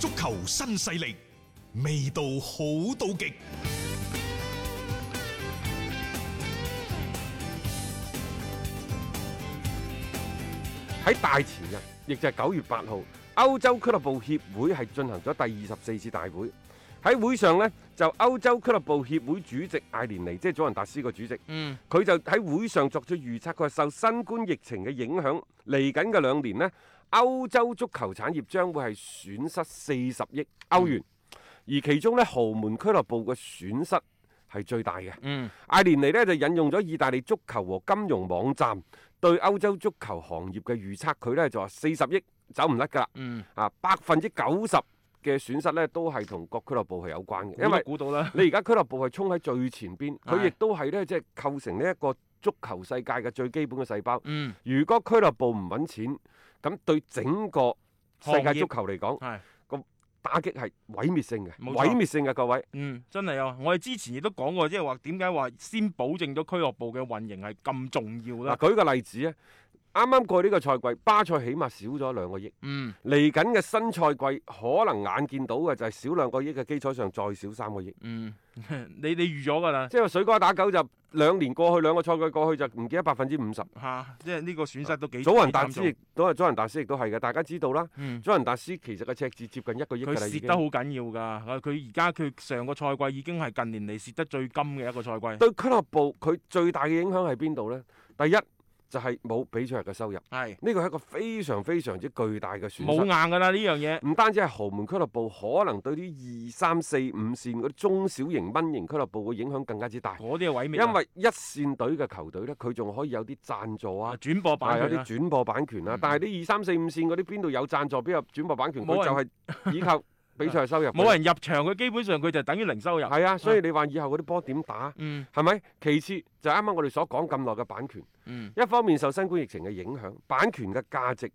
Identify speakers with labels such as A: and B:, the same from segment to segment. A: 球新勢力，味道好到極。
B: 喺大前日，亦就係九月八號，歐洲俱樂部協會係進行咗第二十四次大會。喺會上呢，就歐洲俱樂部協會主席艾連尼，即係祖雲達斯個主席，佢、
C: 嗯
B: 就喺會上作出預測，佢話受新冠疫情嘅影響，嚟緊嘅兩年呢，歐洲足球產業將會係損失四十億歐元，
C: 嗯
B: 而其中呢，豪門俱樂部嘅損失係最大嘅。
C: 嗯，
B: 艾連尼呢就引用咗意大利足球和金融網站對歐洲足球行業嘅預測，佢呢就話四十億走唔甩㗎啦。
C: 嗯，
B: 啊，百分之九十嘅損失呢都係同各俱樂部係有關嘅，因
C: 因為
B: 為
C: 估到啦，
B: 你而家俱樂部係衝喺最前邊，佢
C: 係
B: 亦都係呢，即係構成呢一個足球世界嘅最基本嘅細胞。
C: 嗯，
B: 如果俱樂部唔揾錢，咁對整個世界
C: 行業
B: 足球嚟講，
C: 係，
B: 打擊係毀滅性嘅，
C: 冇錯
B: 毀滅性嘅各位。
C: 嗯，真係啊！我哋之前亦都講過，即係話點解話先保證咗俱樂部嘅運營係咁重要
B: 嗱，
C: 啦。
B: 舉個例子啊，啱啱過呢個賽季，巴塞起碼少咗兩個億，
C: 嗯，
B: 嚟緊嘅新賽季可能眼見到嘅就係少兩個億嘅基礎上再少三個億，
C: 嗯， 你你預咗㗎啦，
B: 即係話水瓜打狗就兩年過去兩個賽季過去就唔見咗百分之五十。
C: 嚇，即係呢個損失都幾。
B: 祖雲達
C: 幾
B: 斯嗯
C: 慘
B: 亦都係祖雲達斯亦都係嘅，大家知道啦。
C: 重，嗯
B: 祖雲達斯其實嘅赤字接近一個億
C: 佢
B: 㗎啦，已
C: 蝕得好
B: 經
C: 緊要㗎，啊佢而家佢上個賽季已經係近年嚟蝕得最金嘅一個賽季。
B: 對俱樂部佢最大嘅影響係邊度呢？第一就係冇比賽日嘅收入，
C: 係
B: 呢個係一個非常非常之巨大嘅損失。
C: 冇硬㗎啦呢樣嘢。
B: 唔單止係豪門俱樂部，可能對啲二三四五線嗰啲中小型蚊型俱樂部嘅影響更加之大，
C: 嗰啲係毀滅啊。
B: 因為一線隊嘅球隊呢，佢仲可以有啲贊助啊。
C: 轉播
B: 啊！
C: 版
B: 有
C: 權啊
B: 啲轉播版權啊，
C: 嗯
B: 但係啲二三四五線嗰啲邊度有贊助，邊有轉播版權，佢
C: 冇
B: 就係依 靠比賽收入。
C: 冇人入場，佢基本上佢就等於零收入。
B: 係啊，所以你話以後嗰啲波點打
C: 嗯
B: 係咪？其次就係啱啱我哋所講咁耐嘅版權，
C: 嗯
B: 一方面受新冠疫情嘅影響，版權嘅價值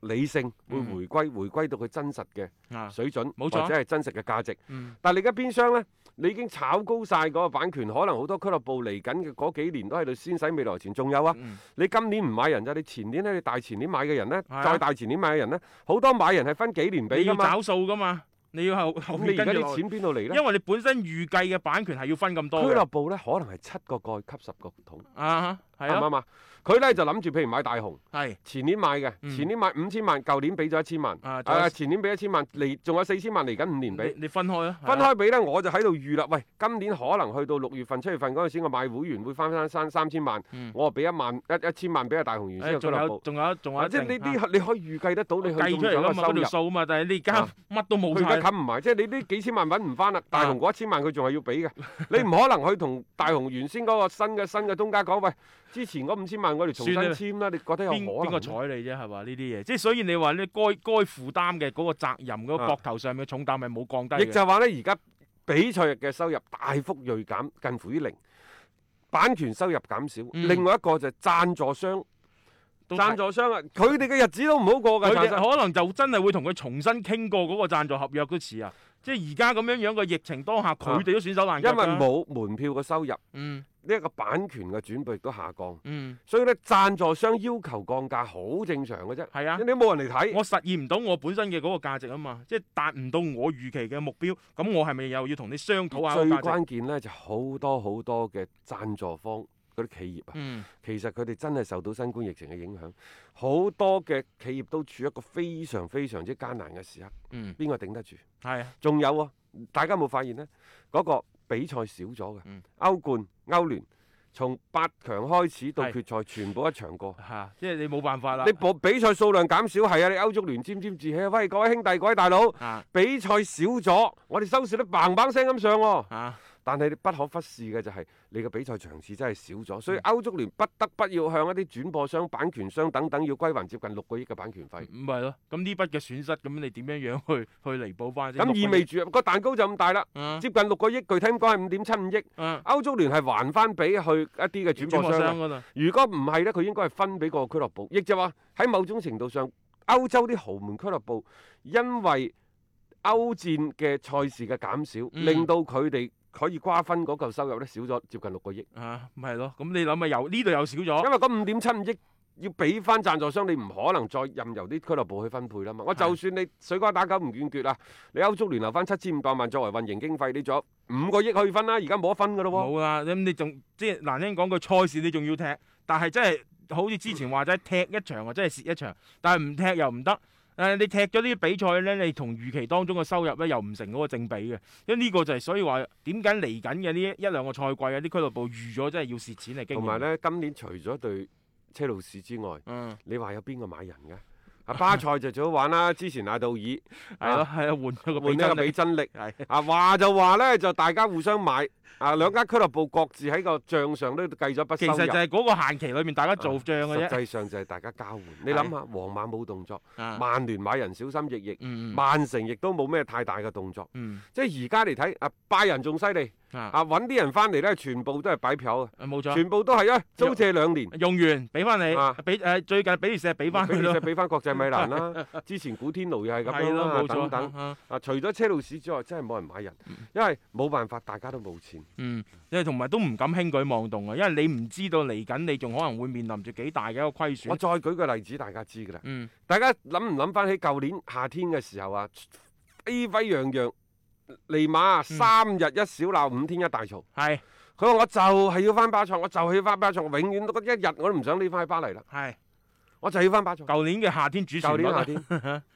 B: 理性會
C: 嗯
B: 回歸，回歸到佢真實嘅
C: 啊
B: 水準，
C: 冇錯
B: 或者係真實嘅價值。
C: 嗯
B: 但係你而家邊商呢？你已經炒高晒嗰個版權，可能好多俱樂部嚟緊嘅嗰幾年都喺度先使未來錢，仲有啊！
C: 嗯
B: 你今年唔買人咋？你前年咧，你大前年買嘅人呢，
C: 係啊
B: 再大前年買嘅人呢，好多買人係分幾年俾
C: 你
B: 㗎
C: 要
B: 嘛。
C: 找數噶嘛，你要後後
B: 咁
C: 面
B: 你而家
C: 跟住落
B: 啲
C: 去，
B: 錢邊度嚟呢？
C: 因為你本身預計嘅版權係要分咁多
B: 俱
C: 嘅
B: 樂部呢，可能係七個蓋吸十個桶，
C: 啊，係
B: 啱唔
C: 啊，
B: 啱啊？佢呢就諗住，譬如買大紅，
C: 係
B: 前年買嘅，
C: 嗯
B: 前年買五千萬，舊年俾咗一千萬，
C: 啊仲有
B: 啊前年俾一千萬，嚟仲有四千萬嚟緊五年俾
C: 你。你分開啊，
B: 分
C: 係啊
B: 開俾呢，我就喺度預啦。喂，今年可能去到六月份、七月份嗰陣時，我買會員會翻翻三三千萬，
C: 嗯
B: 我俾一萬一一千萬俾阿大紅原先
C: 誒
B: 嘅俱
C: 仲
B: 樂
C: 有
B: 部。
C: 仲有仲有
B: 啊
C: 一
B: 即係呢
C: 定啊
B: 啲你可以預計得到，你去
C: 計出
B: 到
C: 嚟
B: 咁
C: 噶
B: 嘅
C: 嘛，
B: 收
C: 嗰
B: 入
C: 條，數啊嘛，但係你而家
B: 啊
C: 乜都冇
B: 佢而
C: 晒，
B: 家冚唔埋，即係你呢幾千萬揾唔翻啦。大
C: 啊
B: 紅嗰一千萬佢仲係要俾 嘅，你唔可能去同大紅原先嗰個新嘅新嘅東家講，喂，之前嗰五千萬我哋重新
C: 算啦
B: 簽啦，你覺得有可
C: 邊邊
B: 能
C: 個
B: 咩？
C: 睬你啫係嘛？呢啲嘢，即係所以你話你該該負擔嘅嗰個責任嗰個
B: 啊
C: 膊頭上面嘅重擔係冇降低
B: 亦
C: 嘅
B: 就係話呢，而家比賽日嘅收入大幅鋭減，近乎於零。版權收入減少，
C: 嗯
B: 另外一個就係贊助商，
C: 都
B: 贊助商啊，佢哋嘅日子都唔好過㗎。
C: 佢
B: 贊
C: 哋
B: 助
C: 可能就真係會同佢重新傾過嗰個贊助合約都似啊！即係而家咁樣樣嘅疫情當下，佢哋都損手爛
B: 啊
C: 腳
B: 因為
C: 㗎
B: 冇門票嘅收入，呢、
C: 嗯
B: 一個版權嘅轉播亦都下降，
C: 嗯
B: 所以呢，贊助商要求降價好正常嘅啫。
C: 係啊
B: 因，為你冇人嚟睇，
C: 我實現唔到我本身嘅嗰個價值啊嘛，即係達唔到我預期嘅目標，咁我係咪又要同你商討下個
B: 最
C: 啊價值？
B: 關鍵呢，就好多好多嘅贊助方嗰啲企業啊，
C: 嗯
B: 其實佢哋真係受到新冠疫情嘅影響，好多嘅企業都處一個非常非常之艱難嘅時刻，
C: 嗯，
B: 邊個頂得住？
C: 係啊，
B: 仲有啊，大家有冇發現呢？嗰、個比賽少咗嘅，
C: 嗯
B: 歐冠、歐聯從八強開始到
C: 係啊
B: 決賽，全部一場過。
C: 嚇，即係你冇辦法啦
B: 你。比比賽數量減少係啊，你歐足聯沾沾自喜啊！喂，各位兄弟、各位大佬，
C: 啊
B: 比賽少咗，我哋收視率砰砰聲咁上喎、
C: 啊，
B: 但係你不可忽視嘅就係你嘅比賽場次真係少咗，所以歐足聯不得不要向一啲轉播商、版權商等等要歸還接近六個億嘅版權費。
C: 唔係咯，咁呢筆嘅損失，咁你點樣樣去 去彌補翻先？
B: 咁意味住嗯個嗯蛋糕就咁大啦，
C: 啊
B: 接近六個億，具體咁講係五點七五億。
C: 啊，
B: 歐足聯係還翻俾去一啲嘅轉播商嘅。
C: 嗰度，
B: 如果唔係呢，佢應該係分俾個俱樂部。亦就話喺某種程度上，歐洲啲豪門俱樂部因為歐戰嘅賽事嘅減少，
C: 嗯
B: 令到佢哋可以瓜分嗰嚿收入呢少咗接近六個億。
C: 啊，咪係咯，咁你諗下有呢度又少咗
B: 因。為嗰五點七五億要俾翻贊助商，你唔可能再任由啲俱樂部去分配啦嘛。我
C: 係
B: 就算你水瓜打狗唔斷絕啊，你歐足聯留翻七千五百萬作為運營經費，你仲有五個億可以分啦，而家冇得分噶咯喎。
C: 冇啦，咁你仲即係難聽講句賽事你仲要踢，但係真係好似之前話齋踢一場或者係蝕一場，但係唔踢又唔得。誒、你踢咗呢啲比賽呢，你同預期當中嘅收入呢又唔成嗰個正比嘅，因為呢個就係、所以話點解嚟緊嘅呢一一兩個賽季啊，啲俱樂部預咗真係要蝕錢嚟經營。
B: 同埋，呢，今年除咗對車路士之外，
C: 嗯，
B: 你話有邊個買人嘅？啊，巴塞就最好玩啦，之前阿道爾
C: 係咯，係啊，換咗
B: 換
C: 個比
B: 一個
C: 真
B: 比真力。
C: 係
B: 啊話就話呢，就大家互相買啊，兩間俱樂部各自喺個帳上都計咗筆
C: 其
B: 收入
C: 實就。係嗰個限期裏面大家做
B: 啊
C: 帳嘅
B: 實
C: 啫。
B: 際上就係大家交換。你
C: 係
B: 諗下，皇馬冇動作，
C: 啊
B: 曼聯買人小心翼翼，
C: 嗯嗯
B: 曼城亦都冇咩太大嘅動作。
C: 嗯
B: 即係而家嚟睇，啊拜仁仲犀利，
C: 啊，
B: 啊揾啲人翻嚟呢，全部都係擺票啊，
C: 冇錯。
B: 全部都係啊租借兩年。
C: 用完俾翻你
B: 啊，
C: 俾誒、最近比利時俾翻
B: 俾
C: 佢
B: 你
C: 咯
B: 就，俾翻國際米蘭 啦，之前古天奴又係咁
C: 係
B: 樣
C: 咯，
B: 啦，
C: 冇
B: 等
C: 錯，
B: 等
C: 啊
B: 啊，除咗車路士之外，真係冇人買人，因為冇辦法，大家都冇錢。
C: 嗯，因為同埋都唔敢輕舉妄動啊，因為你唔知道嚟緊你仲可能會面臨住幾大嘅一個虧
B: 我
C: 損。
B: 再舉個例子，大家知㗎啦。
C: 嗯，
B: 大家諗唔諗翻起舊年夏天嘅時候啊，飛飛揚揚，利馬啊
C: 嗯
B: 三日一小鬧，五天一大嘈。
C: 係
B: 佢話我就係要翻巴塞，我就係要翻巴塞，我永遠都一日我都唔想匿翻喺巴黎啦，
C: 係，
B: 我就要翻巴塞。
C: 舊年嘅夏天主旋
B: 舊
C: 律
B: 年夏
C: 啊，
B: 天，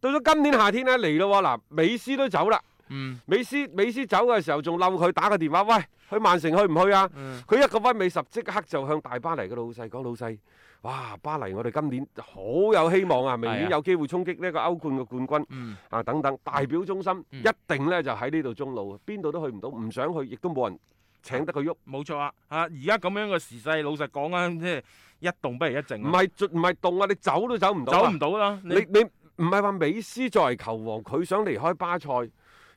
B: 到咗今年夏天呢，嚟咯喎，嗱，美斯都走啦，
C: 嗯
B: 美斯美斯走嘅時候仲嬲佢打個電話，喂，去曼城去唔去啊？
C: 嗯，
B: 佢一個威美十即刻就向大巴黎嘅老細講：老細，哇！巴黎我哋今年好有希望啊，明
C: 係
B: 年
C: 啊
B: 有機會衝擊呢個歐冠嘅冠軍
C: 嗯
B: 啊等等。大表忠心，
C: 嗯
B: 一定呢就喺呢度中路，邊度都去唔到，唔想去，亦都冇人請得佢喐。
C: 冇錯啊，啊而家咁樣嘅時勢，老實講啊，即係一動不如一靜
B: 唔
C: 啊，
B: 係唔係動啊，你走都走唔到
C: 走
B: 啊
C: 唔！到啦，
B: 你你唔係話美斯作為球王，佢想離開巴塞。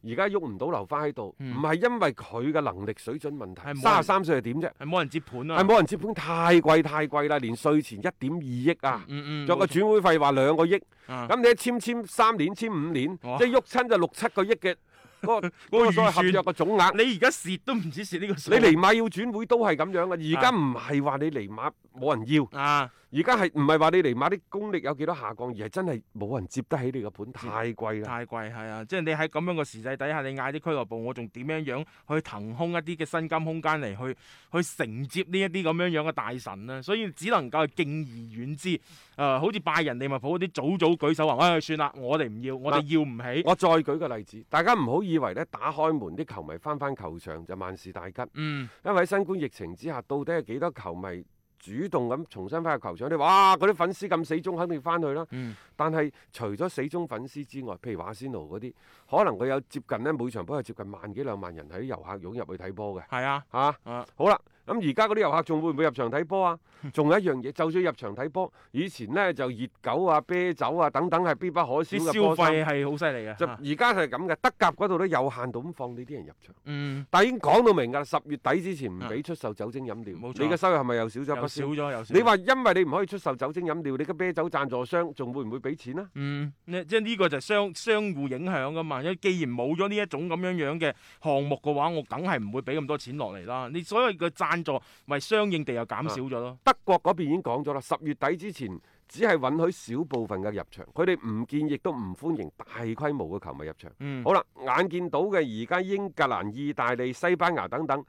B: 而家喐唔到，留翻喺度，
C: 嗯
B: 唔係因為佢嘅能力水準問
C: 係
B: 題。
C: 冇
B: 三
C: 人
B: 十三歲係點啫？
C: 係冇人接盤
B: 係，
C: 啊
B: 冇人接盤，太貴太貴啦！連税前一點二億啊！
C: 嗯嗯，
B: 仲有個
C: 冇錯
B: 轉會費話兩個億，
C: 啊
B: 咁你一簽簽三年、簽五年，
C: 哇
B: 即係喐親就六七個億嘅 嗰個嗰
C: 個
B: 個所謂合
C: 預算
B: 約嘅總額。
C: 你而家蝕都唔止蝕呢個數
B: 你尼馬要轉會都係咁樣嘅，而家唔係話你尼馬冇人要，
C: 啊，
B: 而家係唔係話你尼馬啲功力有幾多下降，而係真係冇人接得起你個盤，太貴啦。
C: 太貴係啊！即係你喺咁樣嘅時勢底下，你嗌啲俱樂部，我仲點樣樣去騰空一啲嘅薪金空間嚟去去承接呢一啲咁樣樣嘅大神呢？所以只能夠係敬而遠之。誒、呃好似拜仁、利物浦嗰啲早早舉手話：，唉、算啦，我哋唔要，我哋要唔起。
B: 我再舉個例子，大家唔好以為咧打開門啲球迷翻翻球場就萬事大吉，
C: 嗯，
B: 因為喺新冠疫情之下，到底有幾多球迷主動咁重新翻去球場？你話哇，嗰啲粉絲咁死忠，肯定翻去啦。
C: 嗯，
B: 但係除咗死忠粉絲之外，譬如話阿仙奴嗰啲，可能佢有接近呢每場波有接近萬幾兩萬人喺啲遊客湧入去睇波嘅
C: 係啊，
B: 嚇。
C: 啊
B: 好啦，咁而家嗰啲遊客仲會唔會入場睇 波啊？仲有一樣嘢，就算入場睇波，以前呢就熱狗啊、啤酒啊等等係必不可少
C: 啲
B: 嘅
C: 消
B: 波衫
C: 費係好犀利嘅。
B: 就
C: 啊
B: 而家係咁嘅，德甲嗰度都有限度咁放你啲人入場，
C: 嗯，
B: 但係已經講到明㗎啦，十月底之前唔
C: 啊
B: 俾出售酒精飲料，
C: 冇錯
B: 你嘅收入係咪又少咗
C: 又
B: 不
C: 少
B: 少？
C: 咗，又少咗。
B: 你話因為你唔可以出售酒精飲料，你嘅啤酒贊助商仲會唔會俾錢啊？
C: 嗯，呢即係呢個就係相相互影響啊噶嘛。因為既然冇咗呢一種咁樣樣嘅項目嘅話，我梗係唔會俾咁多錢落嚟啦。你所謂嘅贊助，咪相應地又減少咗咯。
B: 德國嗰邊已經講咗啦，十月底之前只係允許少部分嘅入場，佢哋唔建亦都唔歡迎大規模嘅球迷入場。
C: 嗯，
B: 好啦，眼見到嘅而家英格蘭、意大利、西班牙等等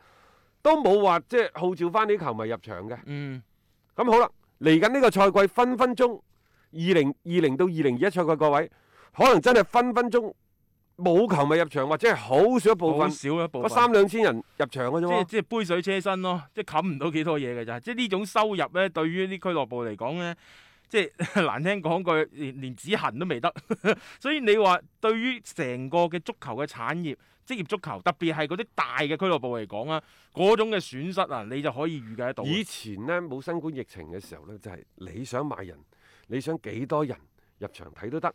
B: 都冇話即係號召翻啲球迷入場嘅。
C: 嗯，
B: 咁好啦，嚟緊呢個賽季分分鐘二零二零到二零二一賽季，各位可能真係分分鐘冇球迷入場，或者係好少一部
C: 好
B: 分，
C: 少啊一部
B: 嗰
C: 分。
B: 三兩千人入場嘅啫
C: 即
B: 喎
C: 係。即係杯水車薪咯，即係冚唔到幾多嘢嘅咋。即係呢種收入咧，對於啲俱樂部嚟講咧，即係 難聽講句，連連止痕都未得。 所以你話對於成個嘅足球嘅產業，職業足球，特別係嗰啲大嘅俱樂部嚟講啊，嗰種嘅損失啊，你就可以預計得到。
B: 以前呢，冇新冠疫情嘅時候呢，就係、你想買人，你想幾多人入場睇都得。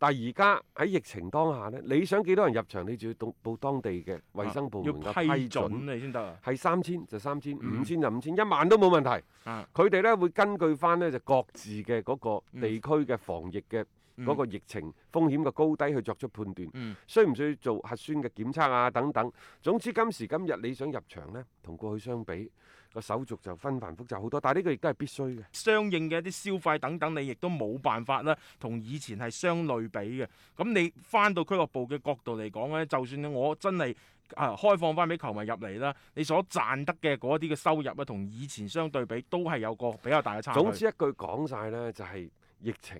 B: 但係而家喺疫情當下呢，你想幾多人入場，你就要到報當地嘅衞生部
C: 啊要
B: 門嘅
C: 批
B: 批准。
C: 你先得啊。
B: 係三千就三千，
C: 嗯
B: 五千就五千，一萬都冇問題。
C: 啊，
B: 佢哋呢會根據翻呢就各自嘅嗰個
C: 嗯
B: 地區嘅防疫嘅嗰個
C: 個
B: 疫情風險嘅高低去作出判斷，
C: 嗯
B: 需唔需要做核酸嘅檢測啊等等。總之今時今日你想入場呢，同過去相比，個手續就紛繁複雜好多，但係呢個亦都係必須嘅。
C: 相應嘅一啲消費等等，你亦都冇辦法啦，同以前係相類比嘅。咁你翻到俱樂部嘅角度嚟講咧，就算我真係啊開放翻俾球迷入嚟啦，你所賺得嘅嗰啲嘅收入啊，同以前相對比都係有個比較大嘅差距。
B: 總之一句講晒呢，就係、疫情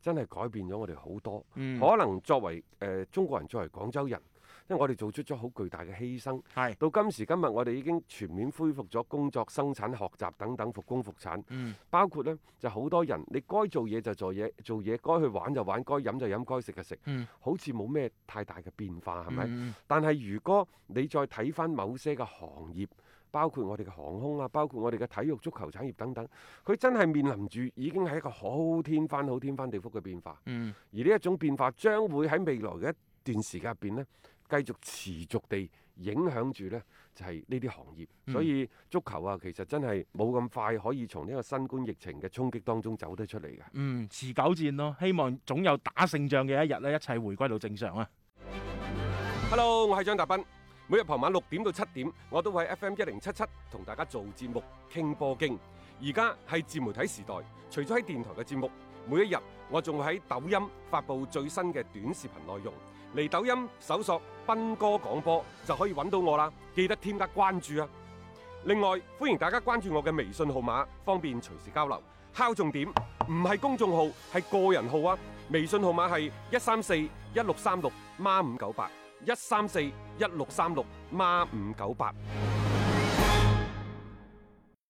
B: 真係改變咗我哋好多。
C: 嗯，
B: 可能作為誒、呃中國人，作為廣州人，因為我哋做出咗好巨大嘅犧牲。
C: 係
B: 到今時今日，我哋已經全面恢復咗工作、生產、學習等等復工復產。
C: 嗯
B: 包括呢，就好多人，你該做嘢就做嘢，做嘢該去玩就玩，該飲就飲，該食就食，
C: 嗯，
B: 好似冇咩太大嘅變化，係咪？
C: 嗯
B: 但係如果你再睇翻某些嘅行業，包括我哋嘅航空啊，包括我哋嘅體育、足球產業等等，佢真係面臨住已經係一個好天翻、好天翻地覆嘅變化。
C: 嗯
B: 而呢一種變化將會喺未來嘅一段時間入邊呢，繼續持續地影響住呢，就係呢啲行業。
C: 嗯
B: 所以足球啊，其實真係冇咁快可以從呢個新冠疫情嘅衝擊當中走得出嚟嘅。
C: 嗯，持久戰咯，希望總有打勝仗嘅一日咧，一切回歸到正常啊！
B: Hello，我係張達斌。每日傍晚六點到七點，我都會喺 FM 一零七七同大家做節目傾波經。而家係自媒體時代，除咗喺電台嘅節目，每一日我仲會喺抖音發布最新嘅短視頻內容。嚟抖音搜索斌哥廣播就可以揾到我啦，記得添加關注啊！另外，歡迎大家關注我嘅微信號碼，方便隨時交流。敲重點，唔係公眾號，係個人號啊！微信號碼係一三四一六三六孖五九八，一三四一六三六孖五九八。